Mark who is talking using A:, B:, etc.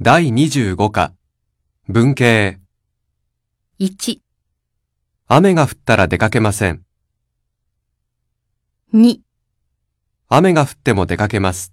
A: 第25課、文系、
B: 1、
A: 雨が降ったら出かけません。
B: 2、
A: 雨が降っても出かけます。